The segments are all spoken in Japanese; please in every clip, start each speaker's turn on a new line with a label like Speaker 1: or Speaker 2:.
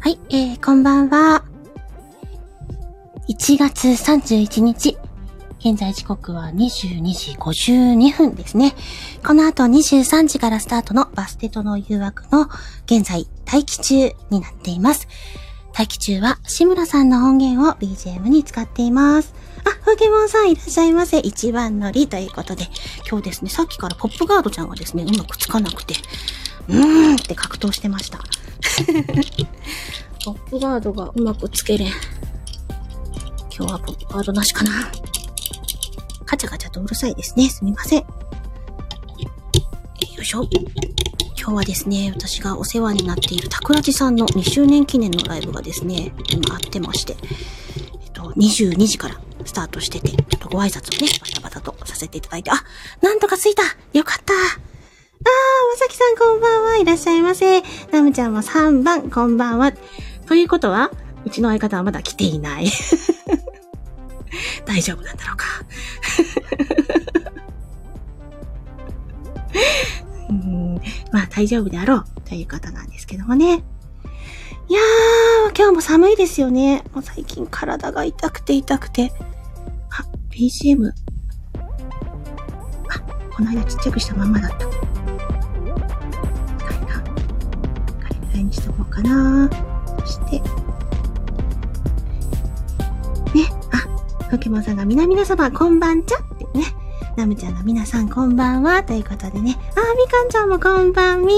Speaker 1: はい、えー、こんばんは。1月31日。現在時刻は22時52分ですね。この後23時からスタートのバステとの誘惑の現在待機中になっています。待機中は志村さんの音源を BGM に使っています。あ、ポケモンさんいらっしゃいませ。一番乗りということで、今日ですね、さっきからポップガードちゃんがですね、うまくつかなくて、うーんって格闘してました。ポップガードがうまくつけれん。今日はポップガードなしかな。ガチャガチャとうるさいですね。すみません。よいしょ。今日はですね、私がお世話になっている桜地さんの2周年記念のライブがですね、今あってまして、えっと、22時からスタートしてて、ちょっとご挨拶をね、バタバタとさせていただいて、あ、なんとか着いたよかったあー、まさきさんこんばんはいらっしゃいませ。ナムちゃんも3番こんばんは。ということは、うちの相方はまだ来ていない。 大丈夫なんだろうか。 うーんまあ大丈夫であろうという方なんですけどもね。いやー、今日も寒いですよね。もう最近体が痛くて痛くて。あ、BGM。あ、この間ちっちゃくしたまんまだった。ないな。これぐらいにしとこうかな。そして。ね、あ、ふけもんさんがみなみな様こんばんちゃってね。ナムちゃんの皆さんこんばんはということでね。あー、みかんちゃんもこんばんみ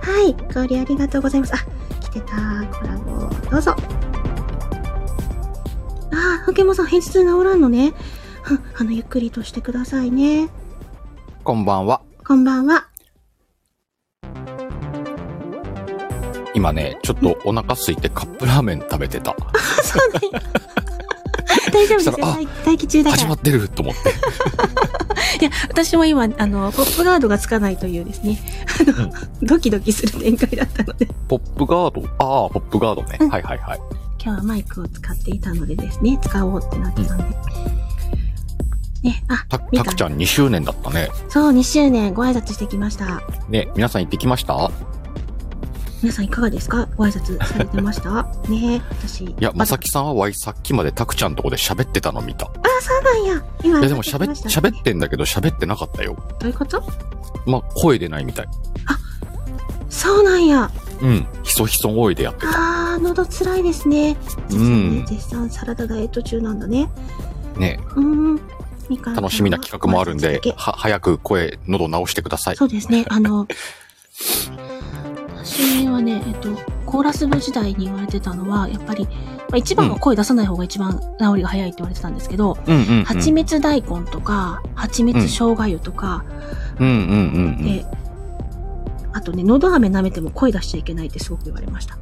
Speaker 1: はい、ご利用ありがとうございます。あ、来てたコラボ、どうぞ。あー、ふけもんさん平日治らんのね。うんあの、ゆっくりとしてくださいね。
Speaker 2: こんばんは。
Speaker 1: こんばんは。
Speaker 2: 今ね、ちょっとお腹空いてカップラーメン食べて た。
Speaker 1: あそうなんや大丈夫です
Speaker 2: そし
Speaker 1: よ
Speaker 2: たらあ
Speaker 1: 待待機中だか
Speaker 2: 始
Speaker 1: ら
Speaker 2: まってると思って。
Speaker 1: いや私も今あのポップガードがつかないというですねあの、ドキドキする展開だったので
Speaker 2: ポップガードああ、ポップガードね。
Speaker 1: うん
Speaker 2: はいはいはい。
Speaker 1: 今日はマイクを使っていたのでですね使おうってなってたんで、ねあ
Speaker 2: た、
Speaker 1: み
Speaker 2: た
Speaker 1: か
Speaker 2: く
Speaker 1: ん
Speaker 2: ちゃん2周年だったね。
Speaker 1: そう2周年ご挨拶してきました
Speaker 2: ね、皆さん行ってきました
Speaker 1: 皆さんいかがですかご挨拶されてました ね私い
Speaker 2: いや、まさきさんはわいさっきまでたくちゃんとこで喋ってたの見た。い
Speaker 1: あそうなんや今
Speaker 2: やでも
Speaker 1: 挨拶し
Speaker 2: 喋っ、
Speaker 1: ましたね
Speaker 2: 喋ってんだけど喋ってなかったよ。
Speaker 1: どういうこと
Speaker 2: まあ、声出ないみたい。
Speaker 1: そうなんや
Speaker 2: うん。ひそひそ声でやってた。
Speaker 1: あー喉つらいですね
Speaker 2: う
Speaker 1: ね
Speaker 2: ん。
Speaker 1: 絶賛サラダダイエット中なんだね
Speaker 2: ね、
Speaker 1: うーん。みかんさんは
Speaker 2: 楽しみな企画もあるんで、は、早く声、喉直してください。
Speaker 1: そうです ね。あの、私はね、えっと、コーラス部時代に言われてたのは、やっぱり、まあ、一番は声出さない方が一番治りが早いって言われてたんですけど、
Speaker 2: うんうん、うん。
Speaker 1: 蜂蜜大根とか、蜂蜜生姜油とか、
Speaker 2: うんうんうんうん。へ
Speaker 1: で、あとね、喉飴舐めても声出しちゃいけないってすごく言われました。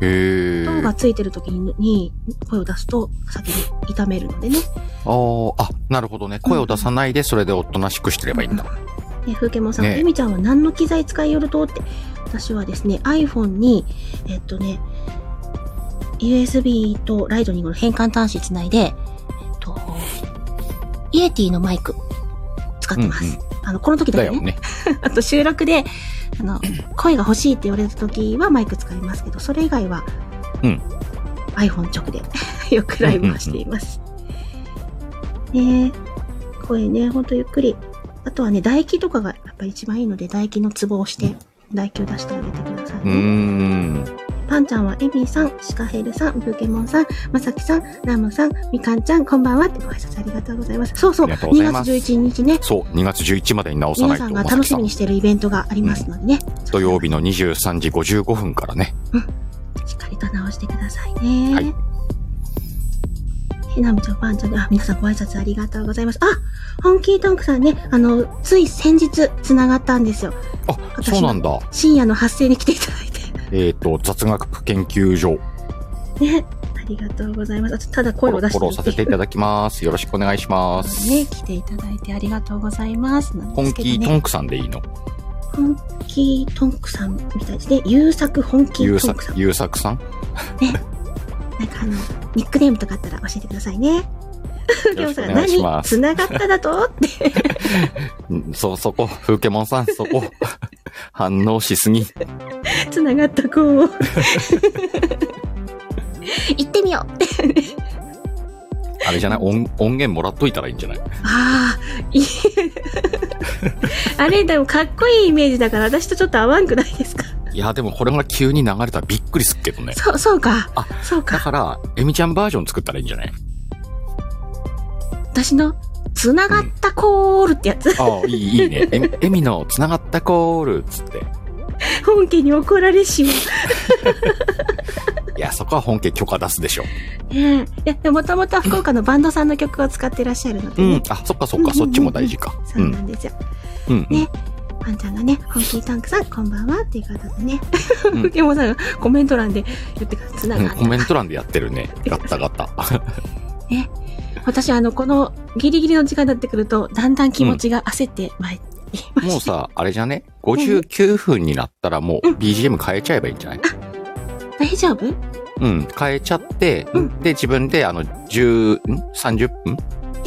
Speaker 2: え。
Speaker 1: 糖がついてる時にに声を出すと、先に痛めるのでね。
Speaker 2: あーあ、なるほどね。声を出さないで、それでおとなしくしてればいいんだ。
Speaker 1: ね、風景もんさん、
Speaker 2: ねえ
Speaker 1: ゆみちゃんは何の機材使いよるとって、私はですね、iPhone に、えっとね、USB とライトニングの変換端子つないで、えっと、イエティのマイク使ってます。
Speaker 2: うんうん
Speaker 1: あの、この時だ
Speaker 2: だ
Speaker 1: けね
Speaker 2: よ。ね。
Speaker 1: あと収録で、あの、声が欲しいって言われた時はマイク使いますけど、それ以外は、
Speaker 2: うん。
Speaker 1: iPhone 直で よくライブはしています。ねえ、声ね、ほんとゆっくり。あとはね、唾液とかがやっぱ一番いいので、唾液のツボをして、唾液を出してあげてくださいう
Speaker 2: ー
Speaker 1: ね。
Speaker 2: ん。
Speaker 1: パンちゃんはエミさん、シカヘルさん、ブーケモンさん、まさきさん、ナムさん、みかんちゃん、こんばんはってご挨拶ありがとうございます。そうそう、
Speaker 2: ありがとうござい
Speaker 1: 2
Speaker 2: ます
Speaker 1: 月11日ね、
Speaker 2: そう、2月11までに直さな
Speaker 1: 皆
Speaker 2: い
Speaker 1: さ
Speaker 2: と。
Speaker 1: んが
Speaker 2: まさ
Speaker 1: 楽
Speaker 2: き
Speaker 1: し
Speaker 2: さん
Speaker 1: みにしてるイベントがありますのでね。
Speaker 2: 土曜日の23時55分からね。
Speaker 1: しっかりと直してくださいね。
Speaker 2: はい
Speaker 1: えなみちゃん、パンちゃん、あ、皆さんご挨拶ありがとうございます。あ、ホンキートンクさんね、あの、つい先日、繋がったんですよ。
Speaker 2: あ、
Speaker 1: 私
Speaker 2: そうなんだ。
Speaker 1: 深夜の発生に来ていただいて。
Speaker 2: えっ、と、雑学研究所、
Speaker 1: ね、ありがとうございます。あとただ
Speaker 2: フォ
Speaker 1: 声
Speaker 2: ロ
Speaker 1: を
Speaker 2: ー
Speaker 1: 出
Speaker 2: フ
Speaker 1: し
Speaker 2: ォローさせて
Speaker 1: て
Speaker 2: いただきます。よろしくお願いします。
Speaker 1: ね、来ていただいてありがとうございます。なんで
Speaker 2: コン
Speaker 1: す
Speaker 2: キ
Speaker 1: け
Speaker 2: ー
Speaker 1: ど
Speaker 2: ト
Speaker 1: ね
Speaker 2: ンクさんでいいの
Speaker 1: ホンキートンクさんみたいですね。優作ホンキ
Speaker 2: ゆ
Speaker 1: ー
Speaker 2: う
Speaker 1: トン
Speaker 2: さ
Speaker 1: クさん。
Speaker 2: ゆうさくさん
Speaker 1: なんかあの、ニックネームとかあったら教えてくださいね。
Speaker 2: よろしく
Speaker 1: さ
Speaker 2: お
Speaker 1: ん、
Speaker 2: 願いし
Speaker 1: 何
Speaker 2: ます。
Speaker 1: 繋がっただとって。
Speaker 2: うんそう、そこ、風景もんさん、そこ、 反応しすぎ。
Speaker 1: つながったこう。行ってみよう。
Speaker 2: あれじゃない音音源もらっといたらいいんじゃない
Speaker 1: ああ、いい。あれ、でもかっこいいイメージだから私とちょっと合わんくないですか
Speaker 2: いや、でもこれが急に流れたらびっくりすっけどね。
Speaker 1: そう、そうか
Speaker 2: あ。
Speaker 1: そう
Speaker 2: だ
Speaker 1: か。
Speaker 2: から、エミちゃんバージョン作ったらいいんじゃない
Speaker 1: 私の、つながったコールってやつ。
Speaker 2: ああ、いい、いいね。エミエミの繋がったコールっつって。
Speaker 1: 本家に怒られしも。
Speaker 2: いや、そこは本家許可出すでしょ。
Speaker 1: ねえいや、もともとは福岡のバンドさんの曲を使ってらっしゃるので
Speaker 2: う
Speaker 1: ね
Speaker 2: ん。。あ、そっかそっか、そっちも大事か。う
Speaker 1: そうんな。んですよ。
Speaker 2: うん。
Speaker 1: ねパンちゃんがね、ホンキータンクさん、こんばんは、っていう方 でね。
Speaker 2: うん
Speaker 1: 福山さんがコメント欄で言ってくれたつな
Speaker 2: う
Speaker 1: が
Speaker 2: ん、
Speaker 1: った
Speaker 2: コ。メント欄でやってるね。ガッタガ タ。
Speaker 1: 私、あの、このギリギリの時間になってくると、だんだん気持ちが焦ってまいりま
Speaker 2: もう
Speaker 1: して。
Speaker 2: さ、あれじゃね ?59 分になったらもう BGM 変えちゃえばいいんじゃない
Speaker 1: 大丈夫
Speaker 2: うん、変えちゃって、
Speaker 1: うん
Speaker 2: で、自分であの、10、ん ?30 分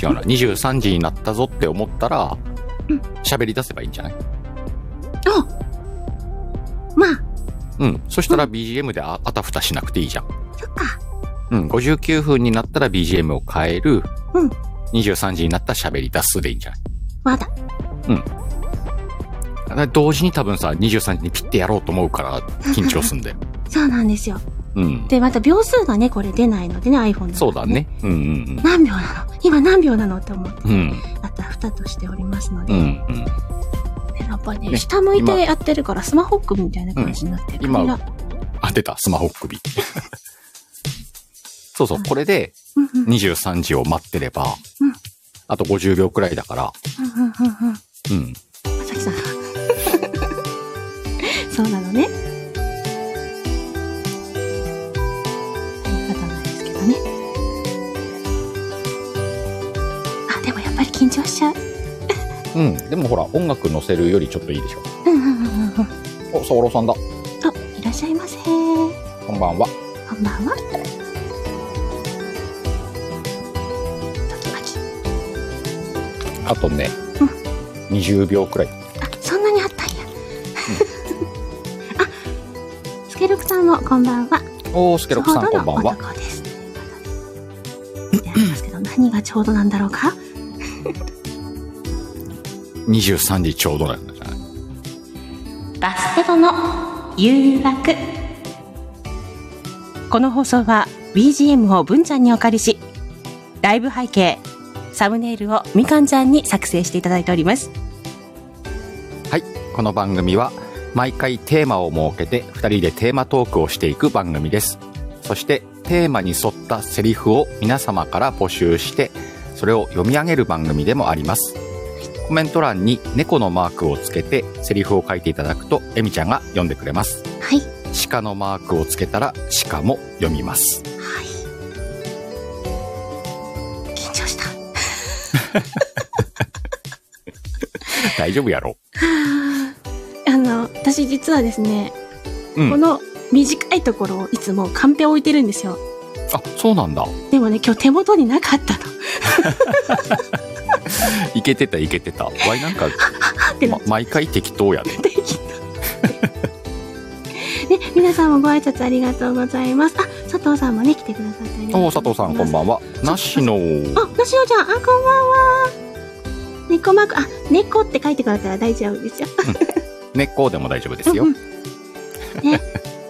Speaker 2: 違うな、23時になったぞって思ったら
Speaker 1: うん、
Speaker 2: 喋り出せばいいんじゃない
Speaker 1: あまあ、
Speaker 2: うん。そしたら BGM でああたふたしなくていいじゃん。
Speaker 1: そっか。
Speaker 2: うん。59分になったら BGM を変える。
Speaker 1: うん。
Speaker 2: 23時になったら喋り出すでいいんじゃない
Speaker 1: まだ。
Speaker 2: だから同時に多分さ、23時にピッてやろうと思うから緊張すんだよ。
Speaker 1: そうなんですよ。
Speaker 2: うん。
Speaker 1: で、また秒数がね、これ出ないのでね、iPhone の、
Speaker 2: そうだ。ね。うん
Speaker 1: 何秒なの今何秒なのって思って、
Speaker 2: うんうん。うん。
Speaker 1: あったふたとしておりますの
Speaker 2: う
Speaker 1: で、
Speaker 2: んうん。
Speaker 1: やっぱね、
Speaker 2: ね
Speaker 1: 下向い
Speaker 2: 今
Speaker 1: てやってるから、スマホっくみたいな感じになってる、
Speaker 2: うん今あ、出た。スマホ首。 そうそう。これで
Speaker 1: うんうんうん
Speaker 2: 23時を待ってれば
Speaker 1: うん、
Speaker 2: あと50秒くらいだから、
Speaker 1: うんうんうん。
Speaker 2: うん。
Speaker 1: まさきさん。 そうなのね。言い方ないですけどね。あ、でもやっぱり緊張しちゃう。
Speaker 2: うん。でもほら、音楽乗せるよりちょっといいでしょ。
Speaker 1: うんうんうんうんうん。
Speaker 2: お、ソロさんだ。
Speaker 1: あ、いらっしゃいませ。こ
Speaker 2: こんばんは。
Speaker 1: んばんは。ドキマキ。
Speaker 2: あとね、
Speaker 1: う
Speaker 2: 20秒くらい。
Speaker 1: あ、そんなにあったんや。 あ、スケルクさんもこんばんは。
Speaker 2: おー、スケロクさん、こんばんは。
Speaker 1: 男です。やりますけど、何がちょうどなんだろうか。
Speaker 2: 23時ちょうどなんだじゃない
Speaker 1: バステドの誘惑。この放送は BGM を文ちゃんにお借りし、ライブ背景、サムネイルをみかんちゃんに作成していただいております。
Speaker 2: はい、この番組は毎回テーマを設けて2人でテーマトークをしていく番組です。そしてテーマに沿ったセリフを皆様から募集して、それを読み上げる番組でもあります。コメント欄に猫のマークをつけてセリフを書いていただくとエミちゃんが読んでくれます。
Speaker 1: はい。
Speaker 2: 鹿のマークをつけたら鹿も読みます。
Speaker 1: はい。緊張した。
Speaker 2: 大丈夫やろ
Speaker 1: あの、私実はですね、
Speaker 2: う。う
Speaker 1: こ
Speaker 2: ん。
Speaker 1: の短いところをいつもカンペを置いてるんですよ。
Speaker 2: あ、そうなんだ。
Speaker 1: でもね、今日手元になかったの。
Speaker 2: いけてたいけてた。わいなんか、
Speaker 1: あってなっ
Speaker 2: ま
Speaker 1: ちゃう
Speaker 2: 毎回適当やね。
Speaker 1: できた。ね、皆さんもご挨拶ありがとうございます。あ、佐藤さんもね、来てくださってありがとう
Speaker 2: お
Speaker 1: ご
Speaker 2: ー
Speaker 1: ざい
Speaker 2: 佐
Speaker 1: ま
Speaker 2: 藤
Speaker 1: す。
Speaker 2: さんこんば
Speaker 1: ん
Speaker 2: んは。なしの。
Speaker 1: は。あ、なしおちゃん、あ、こんばんは。猫マーク、あ、猫って書いてくれたら大丈夫ですよ。
Speaker 2: 猫でも大丈夫ですよ
Speaker 1: うんう。ん ね、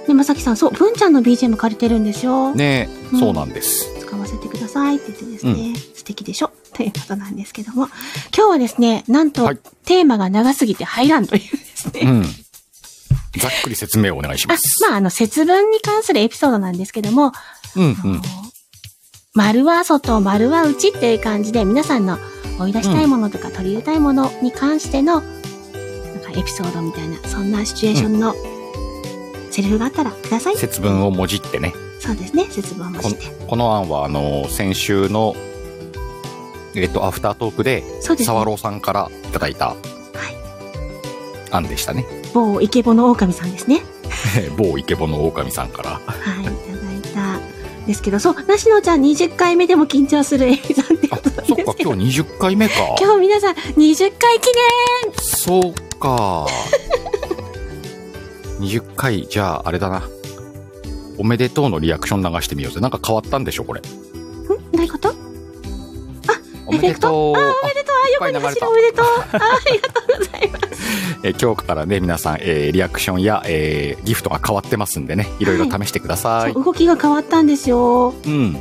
Speaker 1: ね、まさきさん、そう、文ちゃんの BGM 借りてるんですよ。
Speaker 2: ねえ、
Speaker 1: うん
Speaker 2: そうなんです。
Speaker 1: 使わせてくださいって言ってですね、素敵でしょということなんですけども、今日はですね、なんと、
Speaker 2: はい
Speaker 1: テーマが長すぎて入らんというですね。
Speaker 2: うん。ざっくり説明をお願いし
Speaker 1: あ
Speaker 2: ます。、
Speaker 1: まあ、あの、節分に関するエピソードなんですけども、
Speaker 2: うんう
Speaker 1: あの
Speaker 2: ん。
Speaker 1: 丸は外、丸は内っていう感じで、皆さんの追い出したいものとか取り入れたいものに関しての、なんかエピソードみたいな、そんなシチュエーションのセリフがあったらください。
Speaker 2: 節分をもじってね。
Speaker 1: そうですね、節分をして。
Speaker 2: この案は、あの、先週の、えっと、アフタートークで、
Speaker 1: そうです
Speaker 2: 沢
Speaker 1: ね。
Speaker 2: 朗さんからいただいた
Speaker 1: はい。
Speaker 2: 案でしたね。
Speaker 1: 某イケボの狼さんですね。
Speaker 2: 某イケボの狼さんから。
Speaker 1: はい、いただいた。ですけど、そう、なしのちゃん20回目でも緊張するエビさんってことなんです
Speaker 2: そっ
Speaker 1: けど
Speaker 2: か、。今日20回目か。
Speaker 1: 今日皆さん20回記念
Speaker 2: そうか。20回、じゃあ、あれだな。おめでとうのリアクション流してみようぜ。なんか変わったんでしょ、これ。
Speaker 1: んどういうこと
Speaker 2: おめでとう。
Speaker 1: おめでとう
Speaker 2: いっ
Speaker 1: あ、
Speaker 2: ぱ
Speaker 1: 横
Speaker 2: い流
Speaker 1: に
Speaker 2: れた
Speaker 1: 走るおめでとうあありがとうございます。
Speaker 2: えー今日からね、皆さん、えーリアクションや、えーギフトが変わってますんでね、いろいろ試してください。
Speaker 1: そう動きが変わったんですよ。
Speaker 2: うん。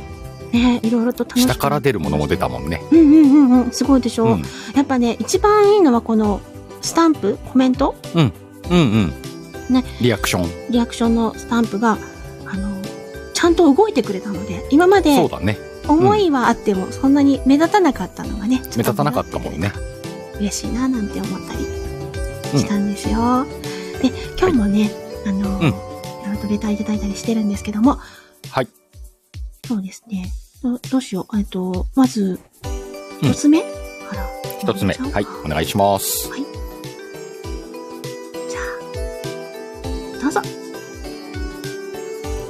Speaker 1: ね、いろいろと楽しく
Speaker 2: 下から出るものも出たもんね。
Speaker 1: うんうんうんうん、すごいでしょ、
Speaker 2: うん。
Speaker 1: やっぱね、一番いいのはこのスタンプ、コメント、
Speaker 2: うんうん。
Speaker 1: ね。
Speaker 2: リアクション。
Speaker 1: リアクションのスタンプが、あの、ちゃんと動いてくれたので、今ま
Speaker 2: そう
Speaker 1: で
Speaker 2: だね。
Speaker 1: 思いはあっても、そんなに目立たなかったのがね、
Speaker 2: 目立たなかったもんね。
Speaker 1: 嬉しいななんて思ったりしたんですよ。で、今日もね、あの、
Speaker 2: うん
Speaker 1: いろいろとレターいただいたりしてるんですけども、
Speaker 2: はい。
Speaker 1: そうですね。どどうしよう。えっと、まず、
Speaker 2: うん
Speaker 1: 一つ目から。
Speaker 2: 一つ目。
Speaker 1: じゃあ
Speaker 2: はい。お願いします。
Speaker 1: じゃあ、どうぞ。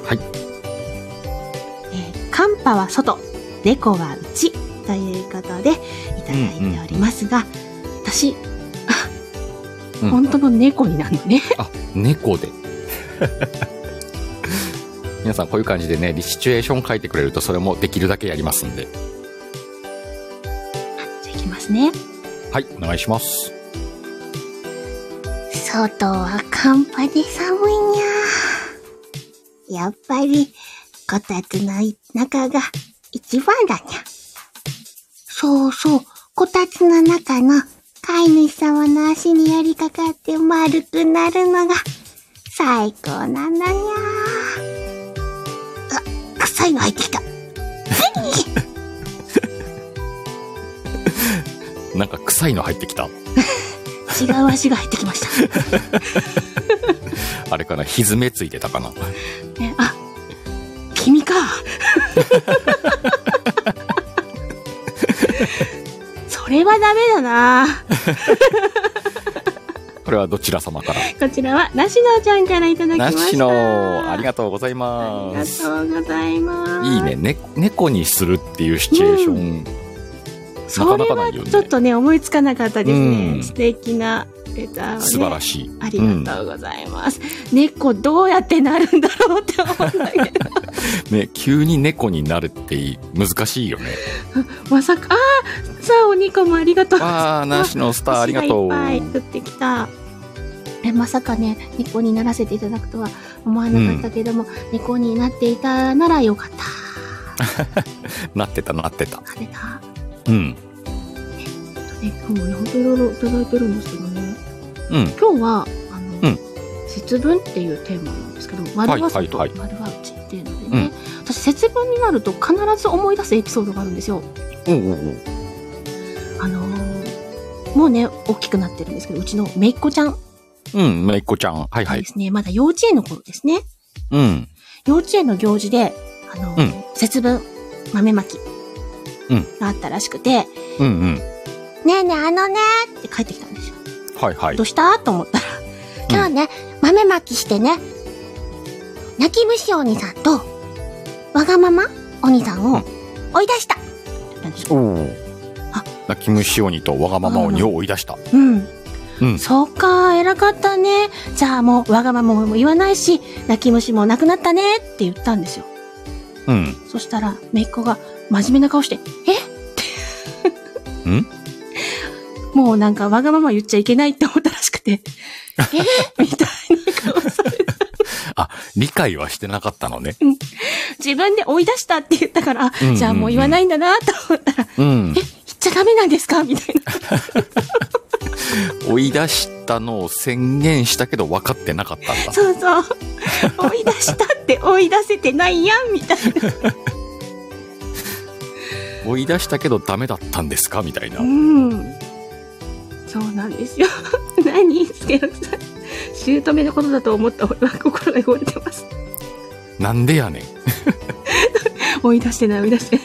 Speaker 2: はい。
Speaker 1: えー、カンパは外、猫は内ということで、いただいておりますが、私、あ
Speaker 2: うん
Speaker 1: 本当の猫になるの ね。
Speaker 2: あ、猫で。 皆さん、こういう感じでね、シチュエーション書いてくれると、それもできるだけやりますんで。
Speaker 1: じゃあ、いきますね。
Speaker 2: はい。お願いします。
Speaker 1: 外はカンパで寒いにゃ。やっぱり、こたつの中が一番だにゃ。そうそう、こたつの中の飼い主様の足に寄りかかって丸くなるのが最高なんだにゃ。あ、臭いの入ってきた。
Speaker 2: なんか臭いの入ってきた。
Speaker 1: 違う足が入ってきました。
Speaker 2: あれかな、ひずめついてたかな。
Speaker 1: ねあ、君か。 それはダメだな。
Speaker 2: これはどちら様から。
Speaker 1: こちらは、なしのちゃんからいただきま
Speaker 2: な
Speaker 1: した。
Speaker 2: しの、あり
Speaker 1: あ
Speaker 2: がとうござい
Speaker 1: り
Speaker 2: ま
Speaker 1: が
Speaker 2: す。
Speaker 1: とうございます。
Speaker 2: いいねね、猫にするっていうシチュエーション、
Speaker 1: それ
Speaker 2: なかなかな
Speaker 1: はい
Speaker 2: よね
Speaker 1: ちょっとね、思いつかなかったですね。
Speaker 2: うん
Speaker 1: 素敵なレターを、ね。
Speaker 2: 素晴ら
Speaker 1: しい。
Speaker 2: しい。
Speaker 1: ありがとうございます。猫どうやってなるんだろうって思うんだ けど。
Speaker 2: うんね、急に猫になるっていい難しい よね。
Speaker 1: まさか、ああ、さあお肉もありがとう。
Speaker 2: ああ、なしのスター、ありがと
Speaker 1: 星
Speaker 2: う。
Speaker 1: がいっぱい降ってきた。えまさかね、猫にならせていただくとは思わなかったけども、猫になっていたならよかった。
Speaker 2: なってた、なってた。
Speaker 1: 勝てた。
Speaker 2: うん。
Speaker 1: ね、今日も本当いろいろいただいてるんですけどね。
Speaker 2: うん。
Speaker 1: 今日は、あの、
Speaker 2: うん
Speaker 1: 節分っていうテーマなんですけど、丸は外、
Speaker 2: はいはい
Speaker 1: 丸は内っていうのでね、私節分になると必ず思い出すエピソードがあるんですよ。
Speaker 2: おうおうおう
Speaker 1: あのーもうね、大きくなってるんですけど、うちのめいっ子ちゃん
Speaker 2: うん、めいっこちゃん。はいは
Speaker 1: で
Speaker 2: い。
Speaker 1: すね、まだ幼稚園の頃ですね。
Speaker 2: うん。
Speaker 1: 幼稚園の行事で、あの、
Speaker 2: うん
Speaker 1: 節分、豆まき、
Speaker 2: うん
Speaker 1: があったらしくて、
Speaker 2: うんうん。
Speaker 1: ねえねえ、あのねって帰ってきたんですよ。
Speaker 2: はいはい
Speaker 1: ど。うしたと思ったら、今日ね、豆まきしてね、泣き虫お兄さんと、わがままお兄さん
Speaker 2: う
Speaker 1: を
Speaker 2: ん
Speaker 1: 追い出した、って言ったんですよ
Speaker 2: おお
Speaker 1: あ。
Speaker 2: 泣き虫鬼とわがまま鬼を追い出した。
Speaker 1: うん。
Speaker 2: うん。
Speaker 1: そうか、偉かったね。じゃあもう、わがままも言わないし、泣き虫もなくなったねって言ったんですよ。
Speaker 2: うん。
Speaker 1: そしたら、めいっ子が真面目な顔して、え
Speaker 2: ん
Speaker 1: もうなんかわがまま言っちゃいけないって思ったらしくて、えみたいな顔されて、
Speaker 2: 理解はしてなかったのね。
Speaker 1: 自分で追い出したって言ったから、あ
Speaker 2: うんうんうん
Speaker 1: じゃあもう言わないんだなと思ったら、
Speaker 2: うん
Speaker 1: え、言っちゃダメなんですかみたいな。
Speaker 2: 追い出したのを宣言したけど分かってなかったんだ。
Speaker 1: そうそう。追い出したって追い出せてないやんみたいな。
Speaker 2: 追い出したけどダメだったんですかみたいな
Speaker 1: う。ん。そうなんですよ。 何助六さん。姑のことだと思った俺は心が汚れてます。
Speaker 2: なんでやねん。
Speaker 1: 追い出してない追い出して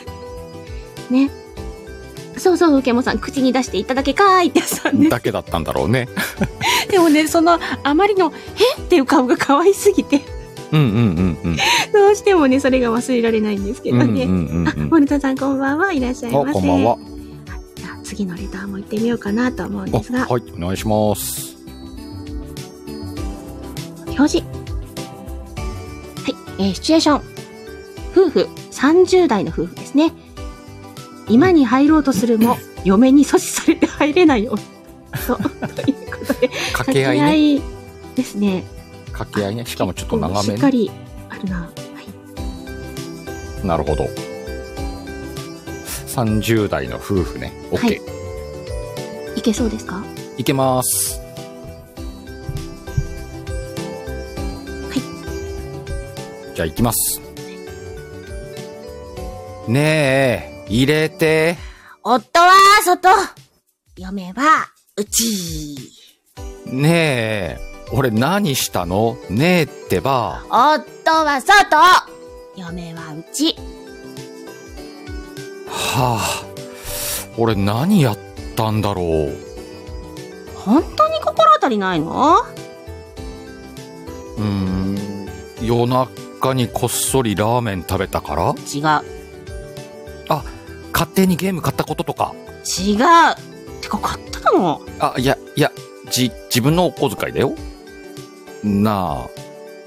Speaker 1: ねそうそうケモさん口に出していただけかーいってやつなんで
Speaker 2: だけだったんだろうね。
Speaker 1: でもねそのあまりの「えっ?」ていう顔が可愛す ぎて
Speaker 2: うんうんうんうん。
Speaker 1: どうしてもねそれが忘れられないんですけど
Speaker 2: うんう
Speaker 1: ね、
Speaker 2: んうんうん。
Speaker 1: 森田さんこんばんはいらっしゃいませ
Speaker 2: あ、こんばんは。
Speaker 1: じゃあ次のレターも行ってみようかなと思うんですが
Speaker 2: あ、はい、お願いします。
Speaker 1: 表示はいえーシチュエーション。夫婦、30代の夫婦ですね。今に入ろうとするも、嫁に阻止されて入れないよ。 そう。ということで、
Speaker 2: 掛け合
Speaker 1: 掛
Speaker 2: いね。
Speaker 1: け合いですね。
Speaker 2: 掛け合いね。しかもちょっと長
Speaker 1: し
Speaker 2: め
Speaker 1: っか
Speaker 2: ね。
Speaker 1: りあるな。はい。
Speaker 2: なるほど。30代の夫婦ね。OK。
Speaker 1: はいい、いけそうですかはい
Speaker 2: けます。じゃあ行きます。ねえ、入れて。
Speaker 1: 夫は外嫁はうち
Speaker 2: ねえ、俺何したのねえってば。
Speaker 1: 夫は外嫁はうち
Speaker 2: はあ、俺何やったんだろう。
Speaker 1: 本当に心当たりないの
Speaker 2: うーん、夜中にこっそりラーメン食べたから
Speaker 1: 違う。
Speaker 2: 勝手にゲーム買ったこととか。
Speaker 1: 違う。てか買ったかも。
Speaker 2: あ、いや、いや、じ、自分のお小遣いだよ。なあ、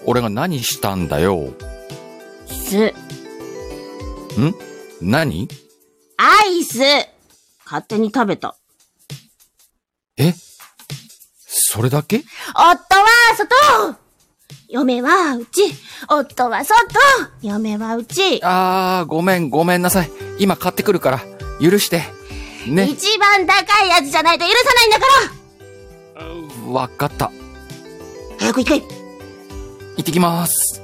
Speaker 2: 俺が何したんだよ。
Speaker 1: す。
Speaker 2: 何
Speaker 1: アイス勝手に食べた。
Speaker 2: それだけ
Speaker 1: 夫は外嫁はうち。夫は外嫁はうち。
Speaker 2: あー、ごめん、ごめんなさい。今買ってくるから、許して。ね、
Speaker 1: 一番高いやつじゃないと許さないんだから
Speaker 2: わかった。
Speaker 1: 早く行け
Speaker 2: 行ってきます。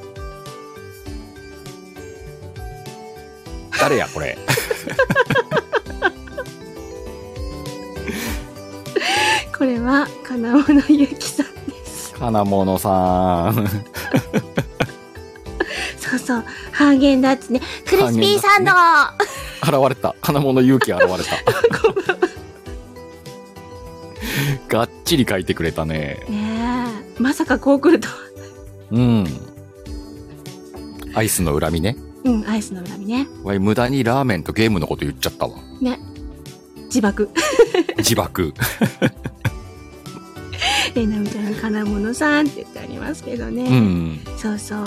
Speaker 2: 誰や、こ れ。
Speaker 1: これは、金物ゆきさんです。
Speaker 2: 金物さん。
Speaker 1: そうそう。ハーゲンダッツね。クリスピーサンド、
Speaker 2: 現れた。金物勇気現れ た。がっちり書いてくれたね。
Speaker 1: ねえ。まさかこう来るとは。
Speaker 2: うん。アイスの恨みね。
Speaker 1: うん、アイスの恨みね。
Speaker 2: わい、無駄にラーメンとゲームのこと言っちゃったわ。
Speaker 1: ね。自爆。
Speaker 2: 自爆。
Speaker 1: レナみたいな金物さんって言ってありますけどね。
Speaker 2: うん。
Speaker 1: そうそう。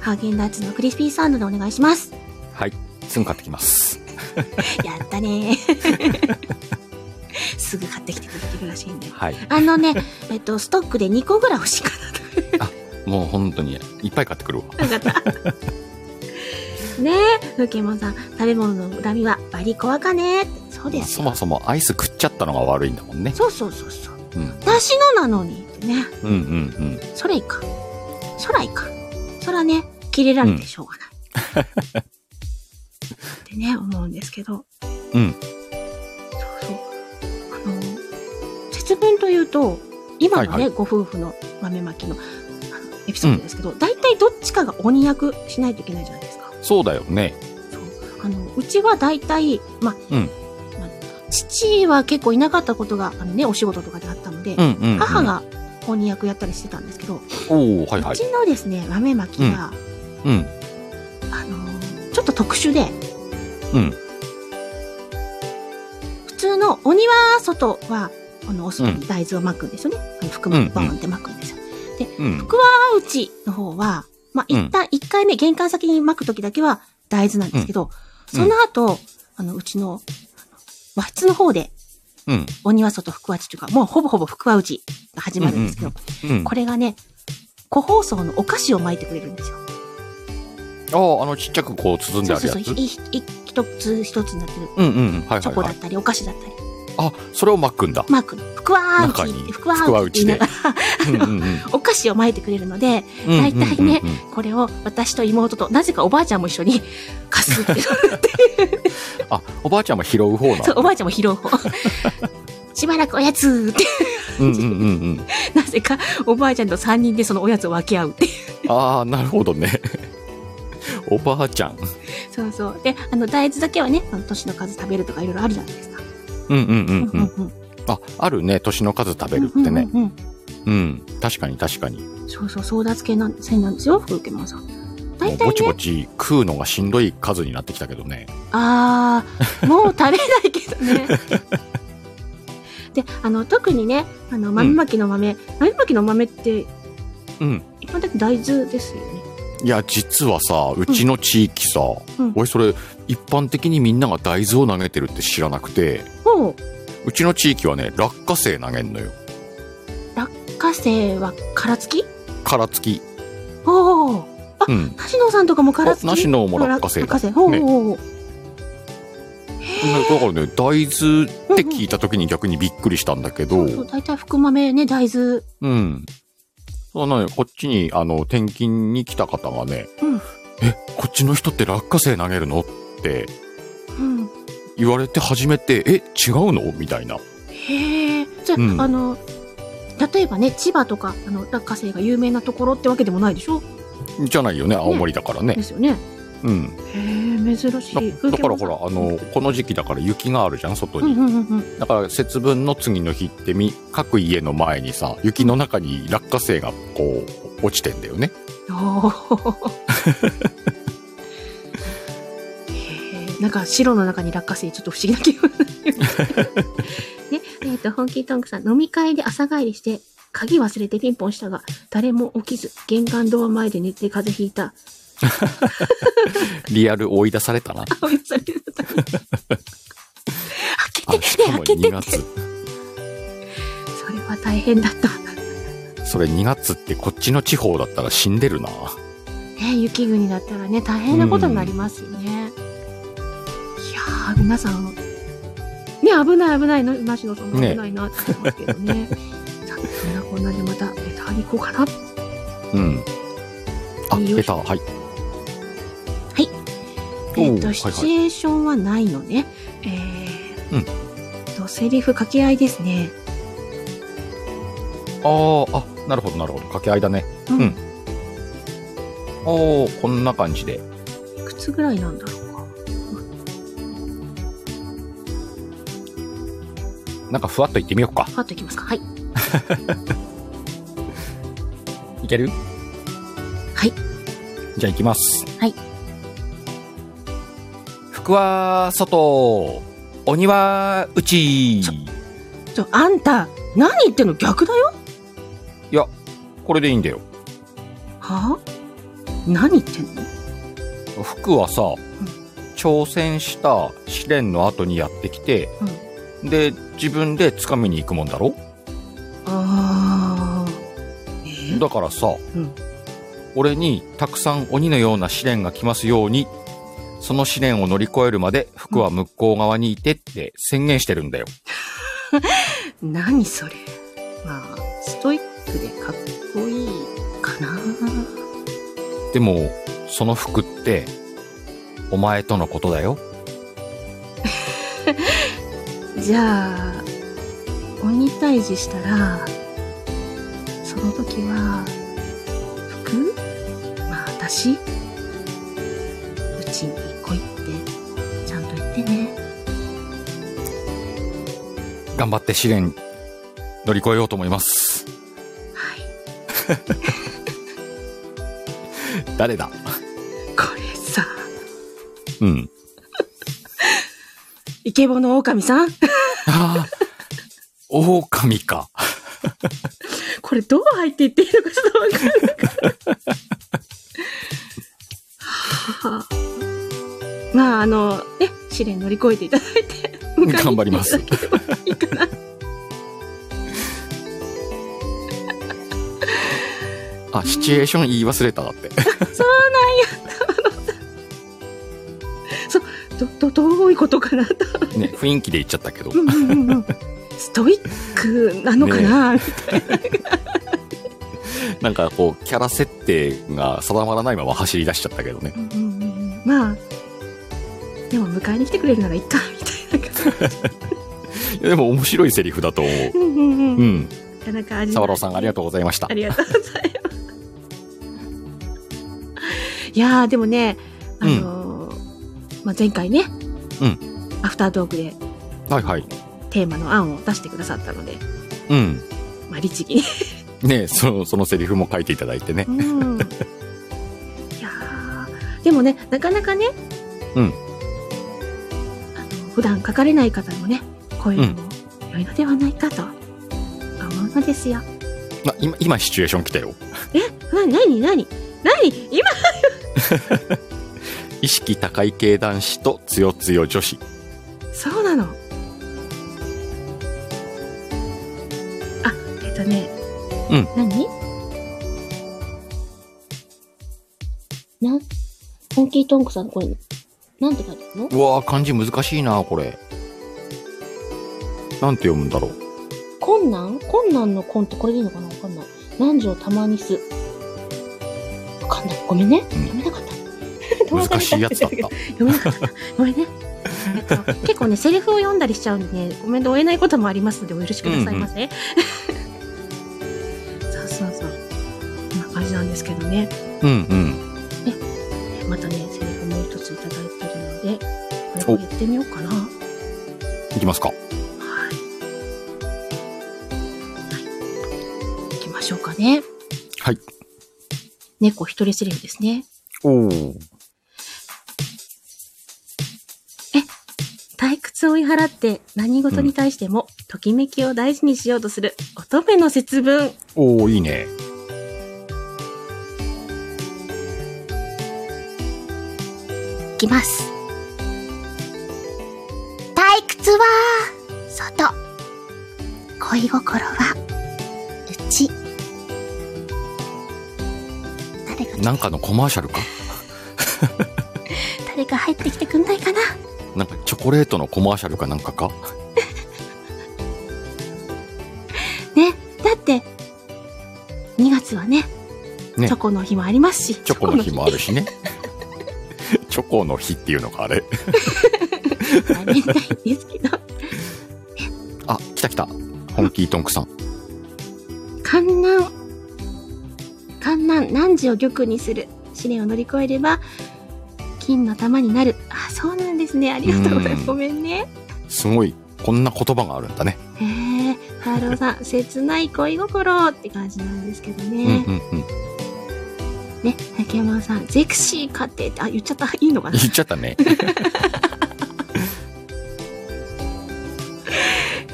Speaker 1: ハーゲンダッツのクリスピーサンドでお願いします。
Speaker 2: はい。すぐ買ってきます。
Speaker 1: やった ね。すぐ買ってきてくれてるらしいんで。
Speaker 2: はい。
Speaker 1: あのね、えっと、ストックで2個ぐらい欲しいかな
Speaker 2: もう本当にいっぱい買ってくるわ。
Speaker 1: と。ねえ、ふけもんさん、食べ物の恨みはバリコアかねそうです
Speaker 2: そ
Speaker 1: よ。
Speaker 2: もそもアイス食っちゃったのが悪いんだもんね。
Speaker 1: そうそうそうそう。
Speaker 2: うん。
Speaker 1: 私のなのにってね。
Speaker 2: うんうん
Speaker 1: それいかん。そらいかん。そらね、切れられてしょうがない。ってね、思うんですけど。
Speaker 2: うん。うん。
Speaker 1: そうそう。あの、節分というと、今のね、
Speaker 2: はいは
Speaker 1: ご夫婦の豆まきのあのエピソードですけど、大体どっちかが鬼役しないといけないじゃないですか。
Speaker 2: そうだよね。
Speaker 1: そう。あの、うちは大体、まあ、
Speaker 2: うん
Speaker 1: まあ父は結構いなかったことが、あのね、お仕事とかであったので、
Speaker 2: うんうん、うん。
Speaker 1: 母。が鬼役やったりしてたんですけど、
Speaker 2: おおはいは
Speaker 1: う
Speaker 2: い。
Speaker 1: ちのですね、豆まきが、
Speaker 2: うん。
Speaker 1: あのーちょっと特殊で、
Speaker 2: うん。
Speaker 1: 普通のお庭外は、あの、お外に大豆をまくんですよね。あの含ま
Speaker 2: うん
Speaker 1: バーンってまくんですよ。
Speaker 2: うん。
Speaker 1: あうちの方は、まあ、
Speaker 2: うん
Speaker 1: 一旦、一回目、玄関先にまくときだけは大豆なんですけど、
Speaker 2: うん
Speaker 1: その後、あの、うちの、和室の方で、
Speaker 2: うん。
Speaker 1: お庭外福はちというか、もうほぼほぼ福はうちが始まるんですけど、
Speaker 2: ううん。
Speaker 1: これがね、個包装のお菓子を巻いてくれるんですよ。
Speaker 2: ああ、あのちっちゃくこう包ん
Speaker 1: そ
Speaker 2: で
Speaker 1: う
Speaker 2: あるや
Speaker 1: そう
Speaker 2: つ。
Speaker 1: そう、いい一つ一つになってる。
Speaker 2: うんうん。はい
Speaker 1: チョ
Speaker 2: はい
Speaker 1: コ
Speaker 2: は
Speaker 1: だっ
Speaker 2: い。
Speaker 1: たり、お菓子だったり。
Speaker 2: あ、それを巻 くんだ。
Speaker 1: マークに、福は
Speaker 2: 中
Speaker 1: 内
Speaker 2: に、
Speaker 1: 福は内って言いながら、
Speaker 2: うんうんうん。
Speaker 1: お菓子を巻いてくれるので、
Speaker 2: 大
Speaker 1: 大体ね。これを私と妹と、なぜかおばあちゃんも一緒に、かす ってる。
Speaker 2: あ、おばあちゃんも拾う方なの
Speaker 1: そう、おばあちゃんも拾う方。しばらくおやつって、
Speaker 2: うんうんうんうん。
Speaker 1: なぜかおばあちゃんと3人でそのおやつを分け合うって。
Speaker 2: ああ、なるほどね。 おばあちゃん。
Speaker 1: そうそう。で、あの、大豆だけはね、あの年の数食べるとかいろいろあるじゃないですか。
Speaker 2: うんうんう
Speaker 1: うん
Speaker 2: うん。
Speaker 1: ん。
Speaker 2: あ、あるね。年の数食べるってね。
Speaker 1: うんうん
Speaker 2: うん。確かに確かに。も
Speaker 1: うん。そうそう、争奪系なん線なんですよ、福受けもんさん。
Speaker 2: う
Speaker 1: 大体
Speaker 2: ぼち
Speaker 1: ね、
Speaker 2: ぼち食うのがしんどい数になってきたけどね。
Speaker 1: ああ、もう食べないけどね。で、あの、特にね、あの、豆まきの豆、豆まきの豆って、
Speaker 2: うん。
Speaker 1: 一般的に大豆ですよね。
Speaker 2: いや、実はさ、うちの地域さ、
Speaker 1: うん
Speaker 2: 俺それ、一般的にみんなが大豆を投げてるって知らなくて、
Speaker 1: ほう。
Speaker 2: うちの地域はね、落花生投げんのよ。
Speaker 1: 落花生は殻付き
Speaker 2: 殻付き。
Speaker 1: おお。
Speaker 2: うん。
Speaker 1: 梨野さんとかも殻付き
Speaker 2: あ梨野も落花生だ
Speaker 1: 落花生。ほうほうほう。
Speaker 2: ねだからね、大豆って聞いた時に逆にびっくりしたんだけど、
Speaker 1: そうそう、大体福豆ね、大豆。
Speaker 2: うん。そうなのよこっちに、あの、転勤に来た方がね、
Speaker 1: うん
Speaker 2: え、こっちの人って落花生投げるのって
Speaker 1: うん。
Speaker 2: 言われて初めて、え、違うのみたいな。
Speaker 1: へえ。じゃあ、
Speaker 2: うん
Speaker 1: あの、例えばね、千葉とか、あの、落花生が有名なところってわけでもないでしょ
Speaker 2: じゃないよね、青森だからね
Speaker 1: で。すよね。
Speaker 2: うん。
Speaker 1: へえ、珍し
Speaker 2: だ
Speaker 1: い。
Speaker 2: だからほら、あの、この時期だから雪があるじゃん、外
Speaker 1: う
Speaker 2: に。
Speaker 1: んうんうんうん。
Speaker 2: だから節分の次の日ってみ、各家の前にさ、雪の中に落花生がこう、落ちてんだよね。
Speaker 1: おーへー なんか白の中に落花生ちょっと不思議な気分になりましたね えっとホンキートンクさん飲み会で朝帰りして鍵忘れてピンポンしたが誰も起きず玄関ドア前で寝て風邪ひい た
Speaker 2: リアル追い出されたな。
Speaker 1: あおやつありがとうございます
Speaker 2: あ
Speaker 1: 開け
Speaker 2: してか
Speaker 1: ね
Speaker 2: も
Speaker 1: 開けて
Speaker 2: 2
Speaker 1: って
Speaker 2: 月。
Speaker 1: それは大変だった
Speaker 2: それ2月ってこっちの地方だったら死んでるな。
Speaker 1: ね、雪国だったらね大変なことになりますよね、いやー皆さんね危ない危ないの梨野さんも
Speaker 2: ね
Speaker 1: 危ないなって言ってますけどね さあそんなこんなでまたレターに行こうかな
Speaker 2: うん。あ、
Speaker 1: いいよ
Speaker 2: 出た。はい。おう
Speaker 1: えっ、
Speaker 2: はいは
Speaker 1: と
Speaker 2: い
Speaker 1: シチュエーションはないのね、え
Speaker 2: うん
Speaker 1: ーとセリフ掛け合いですね
Speaker 2: あーあ、なるほど、なるほど。掛け合いだね。
Speaker 1: うん
Speaker 2: うんおおこんな感じで。
Speaker 1: いくつぐらいなんだろうか
Speaker 2: なんかふわっといってみようか。
Speaker 1: パッといきますかはい
Speaker 2: いける
Speaker 1: はい。
Speaker 2: じゃあ行きます。
Speaker 1: はい。
Speaker 2: 福は外、鬼は内。い
Speaker 1: ちちょあんた何言ってんの逆だよ
Speaker 2: や、これでいいんだよ。
Speaker 1: はあ何言ってんの
Speaker 2: 服はさ、挑戦した試練の後にやってきて、で自分で掴みに行くもんだろ
Speaker 1: ああえー
Speaker 2: だからさ、
Speaker 1: うん
Speaker 2: 俺にたくさん鬼のような試練が来ますようにその試練を乗り越えるまで服は向こう側にいてって宣言してるんだよ。
Speaker 1: 何それまあストイックでかっこいいかな
Speaker 2: でもその服ってお前とのことだよ。
Speaker 1: じゃあ鬼退治したらその時は服まあ私うちに来いってちゃんと言ってね
Speaker 2: 頑張って試練乗り越えようと思います。
Speaker 1: はい
Speaker 2: 誰だ
Speaker 1: これさ
Speaker 2: うん。
Speaker 1: イケボの狼さん
Speaker 2: ああ、狼か。
Speaker 1: これどう入っていっていいのかちょっとわかんないはあ まああのね試練乗り越えていただいて
Speaker 2: 頑張ります
Speaker 1: 迎えに来ていただければいいかな
Speaker 2: あ、シチュエーション言い忘れただって。
Speaker 1: どどどういうことかなと
Speaker 2: ね、雰囲気で言っちゃったけど。
Speaker 1: うんうんうんうんストイックなのかな、
Speaker 2: なんかこう、キャラ設定が定まらないまま走り出しちゃったけどね。
Speaker 1: うんうんうんうんまあでも迎えに来てくれるならいいかみたいな感じ
Speaker 2: いやでも面白いセリフだと思う。
Speaker 1: うんうんう
Speaker 2: うんん。
Speaker 1: なかなか味わ
Speaker 2: 沢
Speaker 1: い
Speaker 2: 朗さんありがとうございました
Speaker 1: あ。りがとうございます。 いやー、でもね、あのーまあ、前回ね、
Speaker 2: うん
Speaker 1: アフタートークで
Speaker 2: はいはい。
Speaker 1: テーマの案を出してくださったので、
Speaker 2: うん。
Speaker 1: まあ、律儀に。
Speaker 2: ねその、そのセリフも書いていただいてね。
Speaker 1: うん いやーでもね、なかなかね、
Speaker 2: うん
Speaker 1: あの普段書かれない方もね、こういうのも良いのではないかと思うのですよ。
Speaker 2: な今、今シチュエーション来たよ。
Speaker 1: え、な、なになに何今
Speaker 2: 意識高い系男子とつよつよ女子。
Speaker 1: そうなのあえっとね
Speaker 2: うん
Speaker 1: 何なんホンキートンクさんこれなんて書いてあるの
Speaker 2: うわー、漢字難しいな、これ。なんて読むんだろう。
Speaker 1: 困難困難の困ってこれでいいのかなわかんない何条たまにすわかんないごめんね、
Speaker 2: うん
Speaker 1: 読めなかった友達
Speaker 2: 難
Speaker 1: に
Speaker 2: しいやつだっ
Speaker 1: 助けて
Speaker 2: た
Speaker 1: あ。げた読めなかったごめんねえっと結構ねセリフを読んだりしちゃうんでねコメント追えないこともありますのでお許しくださいませ、 そうそうそうこんな感じなんですけどね
Speaker 2: うんうん。
Speaker 1: またねセリフもう一ついただいてるのでこれも言ってみようかなはい
Speaker 2: いきますか。
Speaker 1: はい行きましょうかね
Speaker 2: はい
Speaker 1: 猫一人セリフですね
Speaker 2: おー。
Speaker 1: 退屈を追い払って何事に対してもときめきを大事にしようとする乙女の節分
Speaker 2: おー、いいね。
Speaker 1: いきます退屈は外恋心は内誰か来て
Speaker 2: なんかのコマーシャルか
Speaker 1: 誰か入ってきてくんないかな
Speaker 2: なんかチョコレートのコマーシャルかなんかか
Speaker 1: ねだって2月はね
Speaker 2: ね
Speaker 1: チョコの日もありますし
Speaker 2: チョコの日もある
Speaker 1: し
Speaker 2: し ね。チョコの日っていうのか、あれ。
Speaker 1: バレンタインですけど
Speaker 2: あ、来た来た。ホンキートンクさん。
Speaker 1: 観南観南何時を玉にする試練を乗り越えれば金の玉になるあそうなんですねありがとうございま
Speaker 2: うん
Speaker 1: すごめんね
Speaker 2: すごい、こんな言葉があるんだね。
Speaker 1: へえ太郎 さん切ない恋心って感じなんですけど
Speaker 2: うんう
Speaker 1: ね、
Speaker 2: んうん。
Speaker 1: ね竹山さんゼクシー買ってってあ言っちゃったいいのかな
Speaker 2: 言っちゃった ね。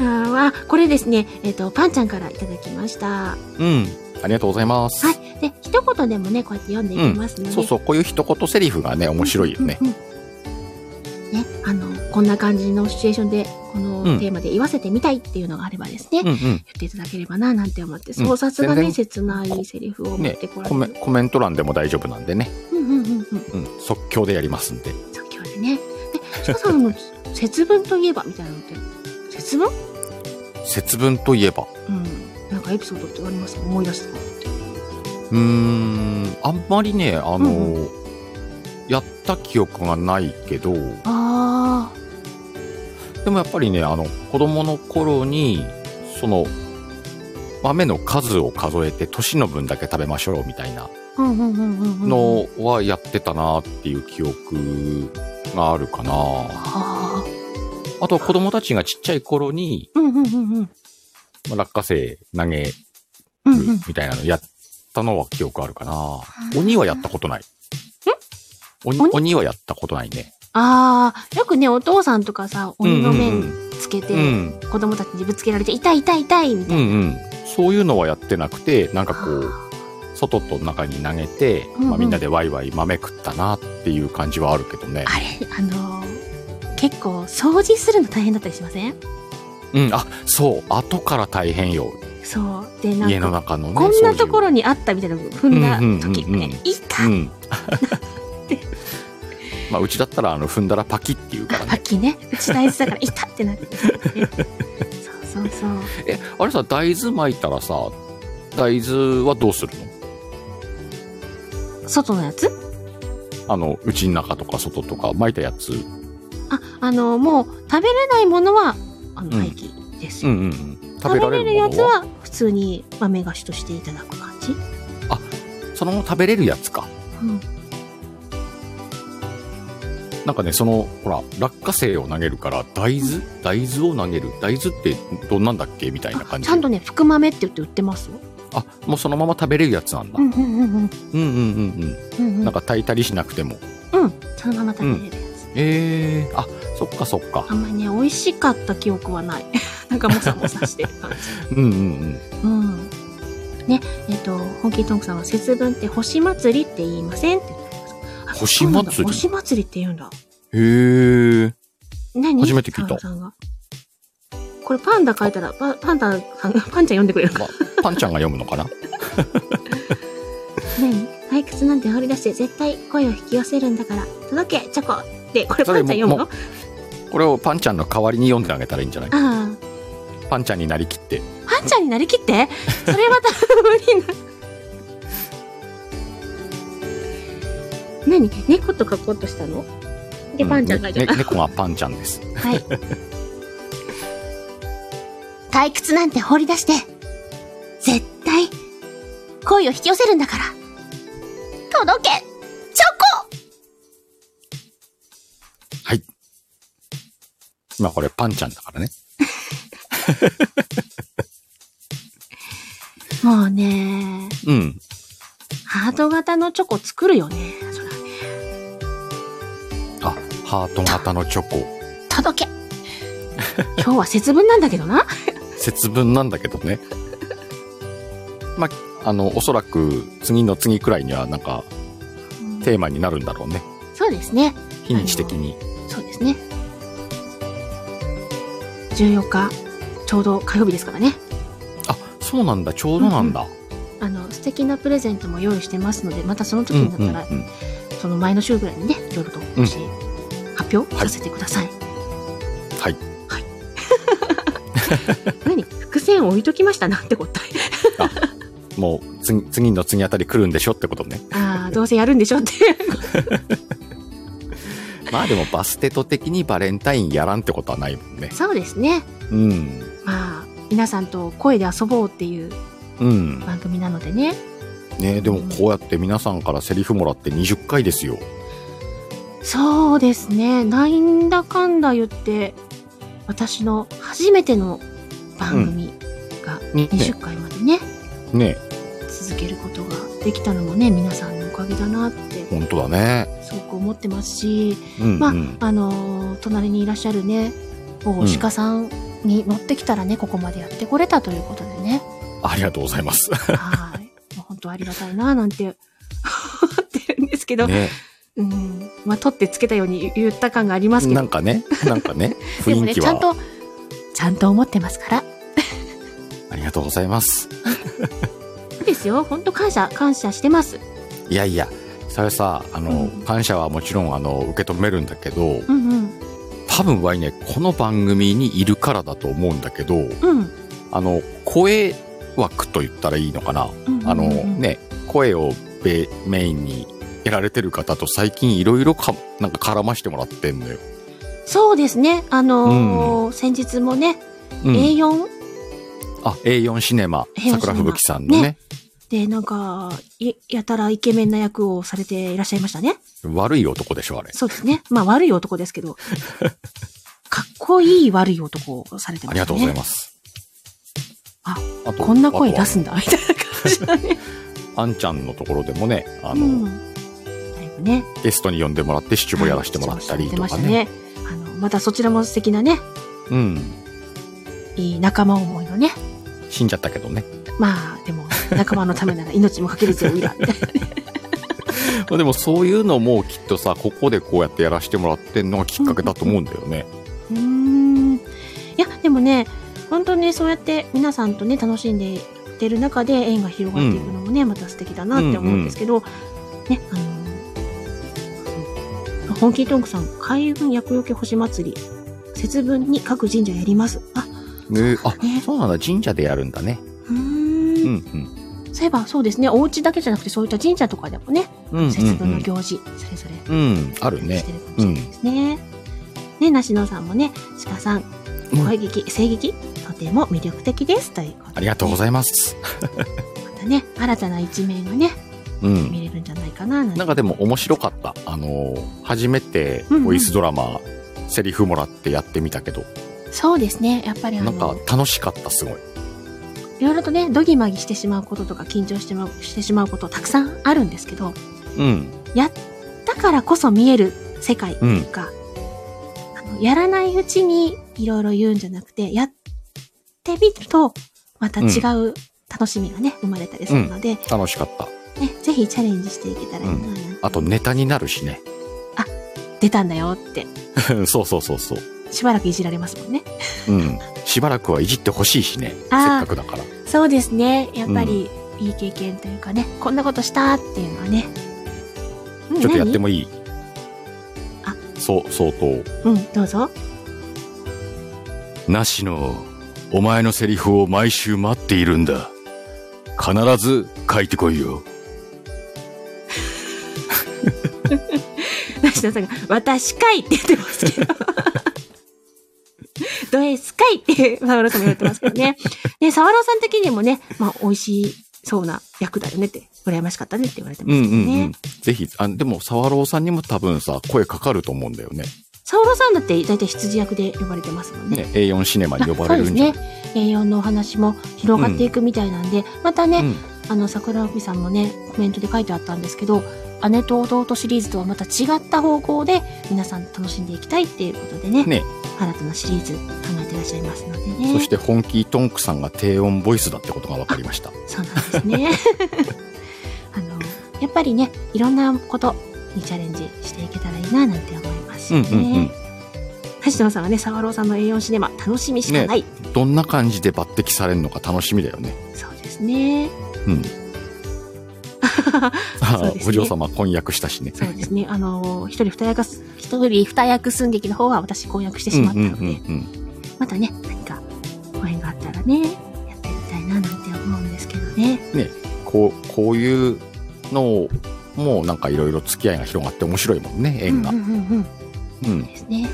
Speaker 1: あーわこれですねえっ、とパンちゃんからいただきましたは
Speaker 2: うん。ありがとうございます。
Speaker 1: いで一言でもねこうやって読んでいきますので、
Speaker 2: そうそう、こういう一言セリフがね、面白いよね。
Speaker 1: うんうんうん。 ね、あの、こんな感じのシチュエーションで、こ
Speaker 2: うん
Speaker 1: のテーマで言わせてみたいっていうのがあればですね、
Speaker 2: うん
Speaker 1: 言
Speaker 2: うん。
Speaker 1: っていただければな、なんて思って、
Speaker 2: う
Speaker 1: そ
Speaker 2: ん
Speaker 1: う、さすが
Speaker 2: 全
Speaker 1: ね、
Speaker 2: 然
Speaker 1: 切ないセリフを持ってこら
Speaker 2: コメ
Speaker 1: れて、
Speaker 2: コメント欄でも大丈夫なんでね。
Speaker 1: うんうんうんうん。
Speaker 2: うん。即興でやりますんで。
Speaker 1: 即興でね。で、 チコさんの節分といえばみたいなのって、節分
Speaker 2: 節分といえば、う
Speaker 1: うん。なんかエピソードってありますか思い出したかって。
Speaker 2: ーん、あんまりね、あの、
Speaker 1: うん
Speaker 2: やった記憶がないけど、で
Speaker 1: あ
Speaker 2: もやっぱりね、あの、子供の頃に、その、豆の数を数えて、年の分だけ食べましょうみたいな
Speaker 1: あ。うんうんうんうんうん。。
Speaker 2: のはやってたなっていう記憶があるかな。
Speaker 1: ああ。
Speaker 2: あとは子供たちがちっちゃい頃に、
Speaker 1: うんうんうんうん。
Speaker 2: まあ落花生投げる
Speaker 1: うんうん。
Speaker 2: みたいなのやったのは記憶あるかな。
Speaker 1: うん
Speaker 2: 鬼はやったことない。鬼
Speaker 1: 鬼
Speaker 2: 鬼はやったことないね。
Speaker 1: ああ。よくね、お父さんとかさ、鬼の
Speaker 2: うん
Speaker 1: 面つけて、
Speaker 2: うん
Speaker 1: 子供たちにぶつけられて痛い痛い痛いみた
Speaker 2: う
Speaker 1: い
Speaker 2: んう
Speaker 1: な。
Speaker 2: んうん。そういうのはやってなくて、なんかこう、
Speaker 1: あ
Speaker 2: 外と中に投げて、
Speaker 1: うん
Speaker 2: ま
Speaker 1: う
Speaker 2: あ、
Speaker 1: ん
Speaker 2: みんなでワイワイ豆食ったなっていう感じはあるけどね。
Speaker 1: れあのー結構掃除するの大変だったりしません
Speaker 2: うん、あ、そう。後から大変よ。
Speaker 1: そうでな
Speaker 2: 家
Speaker 1: ん
Speaker 2: の
Speaker 1: か
Speaker 2: 中のね。
Speaker 1: こんなとこ
Speaker 2: ろ
Speaker 1: ろにあったみたいなの踏んだ時
Speaker 2: うんうんうんうん
Speaker 1: ね「痛
Speaker 2: う
Speaker 1: っ!
Speaker 2: ん。 まあ、うちだったら、あの、踏んだらパキって言うか」ら
Speaker 1: パ
Speaker 2: ね。
Speaker 1: キねうち大事だから「痛っ!」ってなって、ね、そうそうそう
Speaker 2: え、あれさ、大豆巻いたらさ、大豆はどうするの
Speaker 1: 外のやつ
Speaker 2: あの、うちの中とか外とか巻いたやつ。う
Speaker 1: ああのもう食べれないものはあの
Speaker 2: うん
Speaker 1: 廃棄ですよ、
Speaker 2: んうんうん。食
Speaker 1: 食
Speaker 2: べ
Speaker 1: べ
Speaker 2: られ
Speaker 1: れ
Speaker 2: る
Speaker 1: る
Speaker 2: も
Speaker 1: や
Speaker 2: の
Speaker 1: つ
Speaker 2: は
Speaker 1: は普通に豆菓子としていただく感じ、
Speaker 2: そのまま食べれるやつか。
Speaker 1: うん、
Speaker 2: なんかね、その、ほら、落花生を投げるから、大豆大豆を投げる。大豆ってどんなんだっけみたいな
Speaker 1: あ
Speaker 2: 感じ。
Speaker 1: ちゃんとね福豆って言って売ってますよ、
Speaker 2: あ、もうそのまま食べれるやつなんだ。うん
Speaker 1: んうんうん
Speaker 2: うんう
Speaker 1: う
Speaker 2: ん
Speaker 1: んう
Speaker 2: うんん。なんか炊いたりしなくても。
Speaker 1: うん、そのまま食べれるやつ。
Speaker 2: えー、あ、そっかそっか
Speaker 1: あ。んまりね、美味し かった記憶はない。なんかもさもさしてる感じ。
Speaker 2: うんうんうん。
Speaker 1: うん。ね、えっ、と、本気トンクさんは節分って星祭りって言いませんって言ってますあ
Speaker 2: 星祭
Speaker 1: そ
Speaker 2: り
Speaker 1: うなんだ星祭りって言うんだ。
Speaker 2: へえ。
Speaker 1: 何
Speaker 2: 初めて聞いた
Speaker 1: パンダさんがこれパンダ書いたら、パパンダさんが、パンちゃん読んでくれるか。
Speaker 2: ま、パンちゃんが読むのかな
Speaker 1: 何退屈なんて放り出して絶対声を引き寄せるんだから、届け、チョコで、これ
Speaker 2: そ
Speaker 1: パ
Speaker 2: れ
Speaker 1: ンちゃん読む
Speaker 2: も
Speaker 1: の
Speaker 2: これをパンちゃんの代わりに読んであげたらいいんじゃない
Speaker 1: ああ。
Speaker 2: パンちゃんになりきって。
Speaker 1: パンちゃんになりきってそれまた無理な何猫と書こうとしたのでパンちゃんが、
Speaker 2: う
Speaker 1: じゃ
Speaker 2: ねね猫がパンちゃんです。
Speaker 1: はい退屈なんて放り出して絶対恋を引き寄せるんだから届けチョコ
Speaker 2: 今これパンちゃんだからね。
Speaker 1: もうね
Speaker 2: うん。
Speaker 1: ハート型のチョコ作るよねそら
Speaker 2: あ、ハート型のチョコ。
Speaker 1: 届け 今日は節分なんだけどな
Speaker 2: 節分なんだけど ね。まあ、あの、おそらく次の次くらいにはなんかテーマになるんだろうね。
Speaker 1: そうですね
Speaker 2: 日にち的に。
Speaker 1: そうですね。14日、ちょうど火曜日ですからね。
Speaker 2: あ、そうなんだ。ちょうどなんだ。
Speaker 1: あの、素敵なプレゼントも用意してますので、またその時になったら、
Speaker 2: うんうんうん
Speaker 1: その前の週ぐらいにね、いろいろと
Speaker 2: うん
Speaker 1: 私、発表させてください。
Speaker 2: はい。
Speaker 1: 何伏線置いときましたなんてこと。
Speaker 2: もう次次の次あたり来るんでしょってこと ね。
Speaker 1: ああ、どうせやるんでしょって。
Speaker 2: まあでもバステト的にバレンタインやらんってことはないもんね。
Speaker 1: そうですね。
Speaker 2: うん。
Speaker 1: まあ、皆さんと声で遊ぼうっていう
Speaker 2: うん。
Speaker 1: 番組なのでね。
Speaker 2: ねでもこうやって皆さんからセリフもらって20回ですよ。
Speaker 1: そうですね。なんだかんだ言って、私の初めての番組が
Speaker 2: ね
Speaker 1: 20回までね、
Speaker 2: ね
Speaker 1: 続けることができたのもね皆さんのおかげだなって
Speaker 2: 本当だね。
Speaker 1: すごく思ってますし、
Speaker 2: うん、うん。
Speaker 1: まあのー隣にいらっしゃるねお
Speaker 2: うん
Speaker 1: 鹿さんに乗ってきたらねここまでやってこれたということでね
Speaker 2: ありがとうございます。
Speaker 1: はいもう本当ありがたいななんて 思ってるんですけど、
Speaker 2: ね
Speaker 1: うんまあ取ってつけたように言った感がありますけ
Speaker 2: な
Speaker 1: ど
Speaker 2: んかね、なんか ね、
Speaker 1: でも
Speaker 2: 雰囲
Speaker 1: ね
Speaker 2: 気
Speaker 1: ちゃん
Speaker 2: は。
Speaker 1: とちゃんと思ってますから
Speaker 2: ありがとうございます。
Speaker 1: そうですよ本当感謝感謝してます
Speaker 2: いやいや、それさ、あの、
Speaker 1: うん
Speaker 2: 感謝はもちろん、あの、受け止めるんだけど、
Speaker 1: うんうん
Speaker 2: 多分ワイね、この番組にいるからだと思うんだけど、
Speaker 1: うん
Speaker 2: あの、声枠と言ったらいいのかな。
Speaker 1: うんうん
Speaker 2: あの
Speaker 1: うん
Speaker 2: ね、声をベメインにやられてる方と最近いろいろか、なんか絡ましてもらってんのよ。
Speaker 1: そうですね。あのー先日もね、
Speaker 2: うん。
Speaker 1: A4
Speaker 2: あ、A4 シネマ
Speaker 1: A4 シネ、マ
Speaker 2: 桜吹雪さんのね
Speaker 1: ねでなんか、いやたらイケメンな役をされていらっしゃいましたね。
Speaker 2: 悪い男でしょ、あれ。
Speaker 1: そうですね。まあ悪い男ですけ ど、かっこいい悪い男をされて
Speaker 2: あ
Speaker 1: ましたね。
Speaker 2: りがとうございます。
Speaker 1: あ、
Speaker 2: あと
Speaker 1: こんな声
Speaker 2: あと
Speaker 1: 出
Speaker 2: は
Speaker 1: すんだ、みたいな感じだね。
Speaker 2: あんちゃんのところでもね、あ
Speaker 1: う
Speaker 2: の、
Speaker 1: ん。だいぶね。
Speaker 2: ゲストに呼んでもらって、シチューもやらせてもらったりとかね。
Speaker 1: はい。そうそうされてましたねあの、またそちらも素敵なね、
Speaker 2: うん。
Speaker 1: いい仲間思いのね。
Speaker 2: 死んじゃったけどね。
Speaker 1: まあ、でも、仲間のためなら命もかけるぜ、ウイ ラ。
Speaker 2: まあでもそういうのもきっとさ、ここでこうやってやらせてもらってんのがきっかけだと思うんだよね。
Speaker 1: うーんいやでもね本当にそうやって皆さんとね楽しんでいってる中で縁が広がっていくのもね、また素敵だなって思うんですけど、ねあのー本気トンクさん海軍厄除け星祭り節分に各神社やりますあ
Speaker 2: ねあ、
Speaker 1: ね
Speaker 2: そうなんだ。神社でやるんだね。
Speaker 1: うー
Speaker 2: うんんうん。
Speaker 1: そういえばそうですねお家だけじゃなくてそういった神社とかでもね
Speaker 2: うんうん、
Speaker 1: 節分
Speaker 2: う
Speaker 1: の
Speaker 2: ん。
Speaker 1: 行事、それぞれ
Speaker 2: うん、ある
Speaker 1: し
Speaker 2: ね。
Speaker 1: てるかもしれないですね。ね、梨野さんもね、鹿さん、
Speaker 2: うん
Speaker 1: 声劇、声劇、とても魅力的です。ということで、
Speaker 2: ありがとうございます。
Speaker 1: またね、新たな一面がね、
Speaker 2: うん。
Speaker 1: 見れるんじゃないかな、なんて
Speaker 2: なんかでも面白かった。あのー、初めて
Speaker 1: うんうん
Speaker 2: ボイスドラマ、セリフもらってやってみたけど、
Speaker 1: そうですね、やっぱりあ
Speaker 2: なんか
Speaker 1: の、
Speaker 2: 楽しかった、すごい。
Speaker 1: いろいろとね、どぎまぎしてしまうこととか、緊張してまうしてしまうこと、たくさんあるんですけど、
Speaker 2: うん、
Speaker 1: だからこそ見える世界
Speaker 2: う
Speaker 1: と
Speaker 2: ん、
Speaker 1: か、あのやらないうちにいろいろ言うんじゃなくて、やってみると、また違う楽しみがね、生まれたりするので、
Speaker 2: 楽しかった。
Speaker 1: ね、ぜひチャレンジしていけたらいいな、なんて
Speaker 2: あとネタになるしね。
Speaker 1: 出たんだよって、
Speaker 2: そうそうそうそう。
Speaker 1: しばらくいじられますもんね。
Speaker 2: うん。しばらくはいじってほしいしね。せっ
Speaker 1: あー
Speaker 2: かくだから。
Speaker 1: そうですね。やっぱり、いい経験というかね、こんなことしたっていうのはね。うん
Speaker 2: ちょっとやって
Speaker 1: も。
Speaker 2: もいい
Speaker 1: あ
Speaker 2: そう、相当。
Speaker 1: 何うん、どうぞ。
Speaker 2: なしの、お前のセリフを毎週待っているんだ。必ず書いてこいよ。
Speaker 1: 梨田さんが、私かいって言ってますけ ど。ド S かいって、沢野さんも言われてますけどね。で、沢野さん的にもね、まあ、美味しそうな役だよねって、羨ましかったねって言われてま
Speaker 2: う
Speaker 1: す
Speaker 2: ん
Speaker 1: け
Speaker 2: う
Speaker 1: ど
Speaker 2: んう
Speaker 1: ね
Speaker 2: ん。。ぜひ、あ、でも、沢朗さんにも多分さ、声かかると思うんだよね。
Speaker 1: 沢野さんだって、だいたい羊役で呼ばれてますもんね。
Speaker 2: ね、A4 シネマに
Speaker 1: あ
Speaker 2: 呼ばれるんじゃない
Speaker 1: そうですね。A4 のお話も広がっていくみたいなんで、またね、あの、桜海さんもね、コメントで書いてあったんですけど、姉と弟シリーズとはまた違った方向で、皆さん楽しんでいきたいっていうことでね、
Speaker 2: うんね、
Speaker 1: 新たなシリーズ考えてらっしゃいますのでね。
Speaker 2: そして、本気トンクさんが低音ボイスだってことが分かりました。
Speaker 1: そうなんです ね。あの、やっぱりね、いろんなことにチャレンジしていけたらいいな、なんて思います
Speaker 2: うん
Speaker 1: よ
Speaker 2: う
Speaker 1: ね。
Speaker 2: ん
Speaker 1: 橋野さんはね、沢朗さんの A4 シネマ、楽しみしかない。
Speaker 2: うん。どんな感じで抜擢されるのか楽しみだよね。
Speaker 1: そうですね。
Speaker 2: うん。
Speaker 1: そう
Speaker 2: あ
Speaker 1: ですね
Speaker 2: お嬢様婚約したしね。
Speaker 1: そうですね。あの、一人二役す、一人二役寸劇の方は私婚約してしまったので、
Speaker 2: うんうんうんうん
Speaker 1: またね、何かご縁があったらね、やってみたいななんて思うんですけどね。
Speaker 2: こう、こういうのを、もうなんかいろいろ付き合いが広がって面白いもんね、縁が。
Speaker 1: う
Speaker 2: うんん
Speaker 1: うんうんうん。ですね。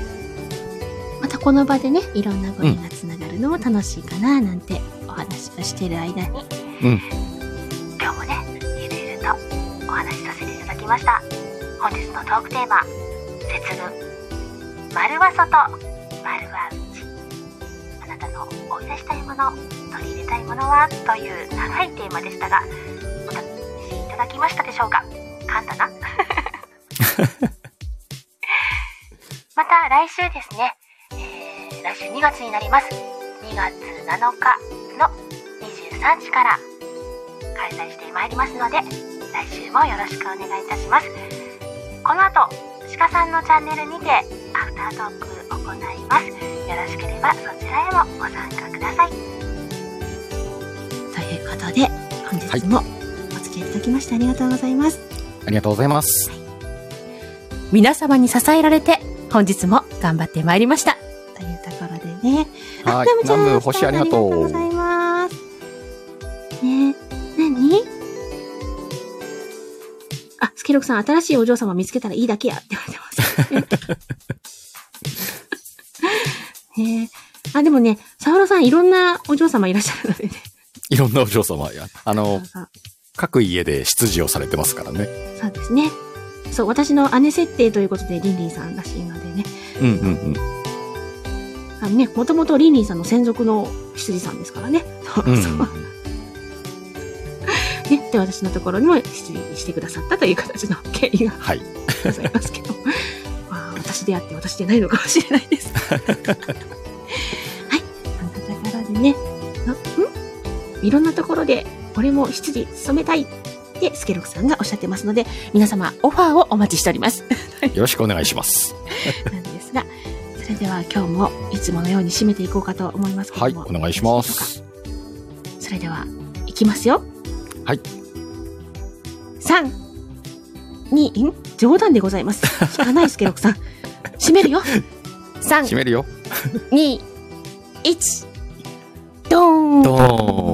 Speaker 1: またこの場でね、いろんなご縁がつながるのも楽しいかななんてお話をしている間に、
Speaker 2: うん
Speaker 1: 今日もね、ゆるゆるとお話しさせていただきました。本日のトークテーマ、節分。丸は外、丸は内。あなたの追い出したいもの、取り入れたいものはという長いテーマでしたが、お楽しみいただきましたでしょうか簡単なまた来週ですね、えー来週2月になります2月7日の23時から開催してまいりますので来週もよろしくお願いいたしますこの後鹿さんのチャンネルにてアフタートーク行いますよろしければそちらへもご参加くださいということで本日もお付き合いいただきましてありがとうございます
Speaker 2: ありがとうございます。
Speaker 1: 皆様に支えられて本日も頑張ってまいりましたというところでねあ
Speaker 2: はい
Speaker 1: ナム。ちゃん
Speaker 2: 南部、星ありがと
Speaker 1: ありがとうご
Speaker 2: う。
Speaker 1: ざいますね何あ、スケロクさん、新しいお嬢様見つけたらいいだけやって言われてます。ね えあ、でもね、サワロさんいろんなお嬢様いらっしゃるのでね。
Speaker 2: いろんなお嬢様や。あの、
Speaker 1: そう
Speaker 2: 各家で執事をされてますからね。
Speaker 1: そうですね。そう、私の姉設定ということで、リンリンさんらしいのでね。
Speaker 2: うんうんうん。
Speaker 1: あのね、もともとリンリンさんの専属の羊さんですからね。そう
Speaker 2: う ん
Speaker 1: そう。ね、で、私のところにも羊にしてくださったという形の経緯が
Speaker 2: はい。
Speaker 1: ございます けど、まあ、私であって私でないのかもしれないです。はい、そんなところでね、なんいろんなところで、俺も羊勤めたいって、スケロクさんがおっしゃってますので、皆様、オファーをお待ちしており ます。
Speaker 2: よろしくお願いします。
Speaker 1: なんですが、それでは今日もいつものように締めていこうかと思いますけど
Speaker 2: はい、
Speaker 1: も。
Speaker 2: お願いします。
Speaker 1: それでは、いきますよ。
Speaker 2: はい。
Speaker 1: 三、二、ん冗談でございます。引かないですけど、奥さん。閉 めるよ。三
Speaker 2: 閉、めるよ。
Speaker 1: 二、一、ドーン。
Speaker 2: ドーン。